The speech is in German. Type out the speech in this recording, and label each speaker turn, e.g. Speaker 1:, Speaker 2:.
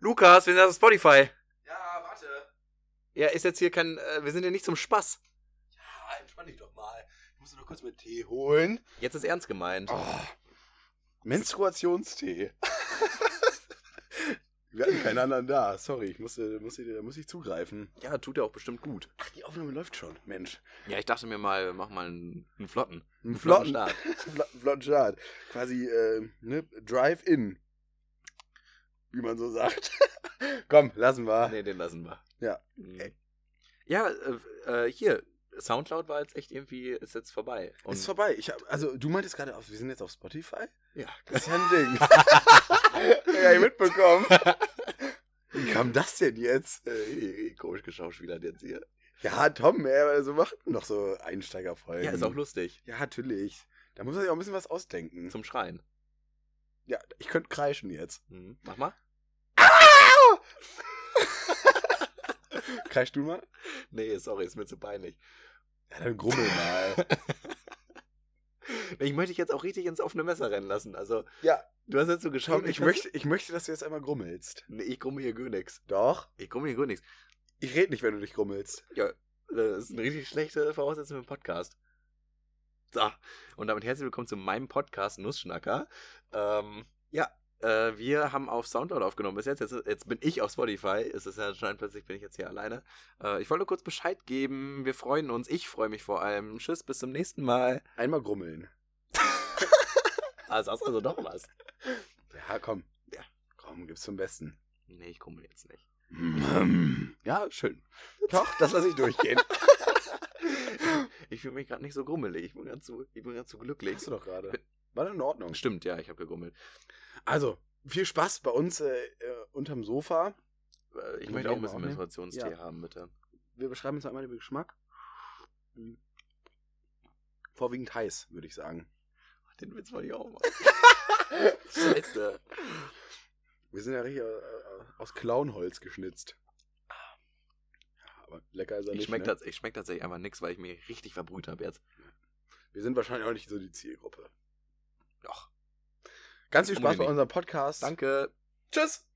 Speaker 1: Lukas, wir sind auf Spotify.
Speaker 2: Ja, warte.
Speaker 1: Ja, ist jetzt hier kein. Äh, wir sind ja nicht zum Spaß.
Speaker 2: Ja, entspann dich doch mal. Ich muss nur kurz mit Tee holen.
Speaker 1: Jetzt ist ernst gemeint.
Speaker 2: Oh, Menstruationstee. Wir hatten keinen anderen da. Sorry, ich musste, musste, da muss ich zugreifen.
Speaker 1: Ja, tut ja auch bestimmt gut.
Speaker 2: Ach, die Aufnahme läuft schon. Mensch.
Speaker 1: Ja, ich dachte mir mal, mach mal einen, einen flotten.
Speaker 2: Ein
Speaker 1: Start.
Speaker 2: Flotten flotten Start. Quasi, äh, ne, Drive-In. Wie man so sagt. Komm, lassen wir.
Speaker 1: Nee, den lassen wir.
Speaker 2: Ja.
Speaker 1: Mhm. Ja, äh, äh, hier. Soundcloud war jetzt echt irgendwie, ist jetzt vorbei. Und
Speaker 2: ist vorbei. Ich hab, also, du meintest gerade, auf- wir sind jetzt auf Spotify?
Speaker 1: ja,
Speaker 2: Das ist ja ein Ding. ja, ich mitbekommen. Wie kam das denn jetzt?
Speaker 1: äh, komisch geschauspielert jetzt hier.
Speaker 2: Ja, Tom, ey, so macht man doch so Einsteigerfolgen.
Speaker 1: Ja, ist auch lustig.
Speaker 2: Ja, natürlich. Da muss man sich auch ein bisschen was ausdenken.
Speaker 1: Zum Schreien.
Speaker 2: Ja, ich könnte kreischen jetzt.
Speaker 1: Mhm. Mach mal.
Speaker 2: Kreischst du mal?
Speaker 1: Nee, sorry, ist mir zu peinlich.
Speaker 2: Ja, dann grummel mal.
Speaker 1: Ich möchte dich jetzt auch richtig ins offene Messer rennen lassen. Also,
Speaker 2: Ja.
Speaker 1: du hast jetzt so geschaut.
Speaker 2: Tom, ich möchte, ich möchte, dass du jetzt einmal grummelst.
Speaker 1: Nee, ich krumme hier gar nichts.
Speaker 2: Doch.
Speaker 1: Ich krumme hier gar nichts.
Speaker 2: Ich rede nicht, wenn du nicht grummelst.
Speaker 1: Das ist eine richtig schlechte Voraussetzung für einen Podcast. So, und damit herzlich willkommen zu meinem Podcast Nussschnacker. Ähm, ja, äh, wir haben auf Soundcloud aufgenommen bis jetzt. jetzt. Jetzt bin ich auf Spotify. Es ist ja anscheinend plötzlich bin ich jetzt hier alleine. Äh, ich wollte nur kurz Bescheid geben. Wir freuen uns. Ich freue mich vor allem. Tschüss, bis zum nächsten Mal.
Speaker 2: Einmal grummeln.
Speaker 1: Ah, sagst also doch was.
Speaker 2: Ja, komm.
Speaker 1: Ja.
Speaker 2: Komm, gib's zum Besten. Mm,
Speaker 1: Nee, ich krumme jetzt nicht.
Speaker 2: Ja, schön. Doch, das lasse ich durchgehen.
Speaker 1: Ich fühle mich gerade nicht so grummelig. Ich bin gerade zu, ich bin grad zu glücklich.
Speaker 2: Legst du doch gerade. War doch in Ordnung.
Speaker 1: Stimmt, ja, ich habe gegrummelt.
Speaker 2: Also, viel Spaß bei uns äh, äh, unterm Sofa.
Speaker 1: Äh, Ich
Speaker 2: Problem
Speaker 1: möchte auch ein
Speaker 2: auch,
Speaker 1: bisschen
Speaker 2: ne?
Speaker 1: Menstruationstee
Speaker 2: Ja.
Speaker 1: haben, bitte.
Speaker 2: Wir beschreiben jetzt einmal den Geschmack. Hm. Vorwiegend heiß, würde ich sagen.
Speaker 1: Den Witz wollte ich auch machen. Scheiße.
Speaker 2: Wir sind ja richtig äh, äh, aus Clownholz geschnitzt. Ja, aber lecker ist er
Speaker 1: Ich
Speaker 2: nicht.
Speaker 1: schmecke
Speaker 2: ne?
Speaker 1: tats ich schmeck tatsächlich einfach nichts, weil ich mich richtig verbrüht habe jetzt.
Speaker 2: Wir sind wahrscheinlich auch nicht so die Zielgruppe.
Speaker 1: Doch.
Speaker 2: Ganz viel Spaß
Speaker 1: Unbedingt
Speaker 2: bei
Speaker 1: nicht.
Speaker 2: unserem Podcast.
Speaker 1: Danke.
Speaker 2: Tschüss.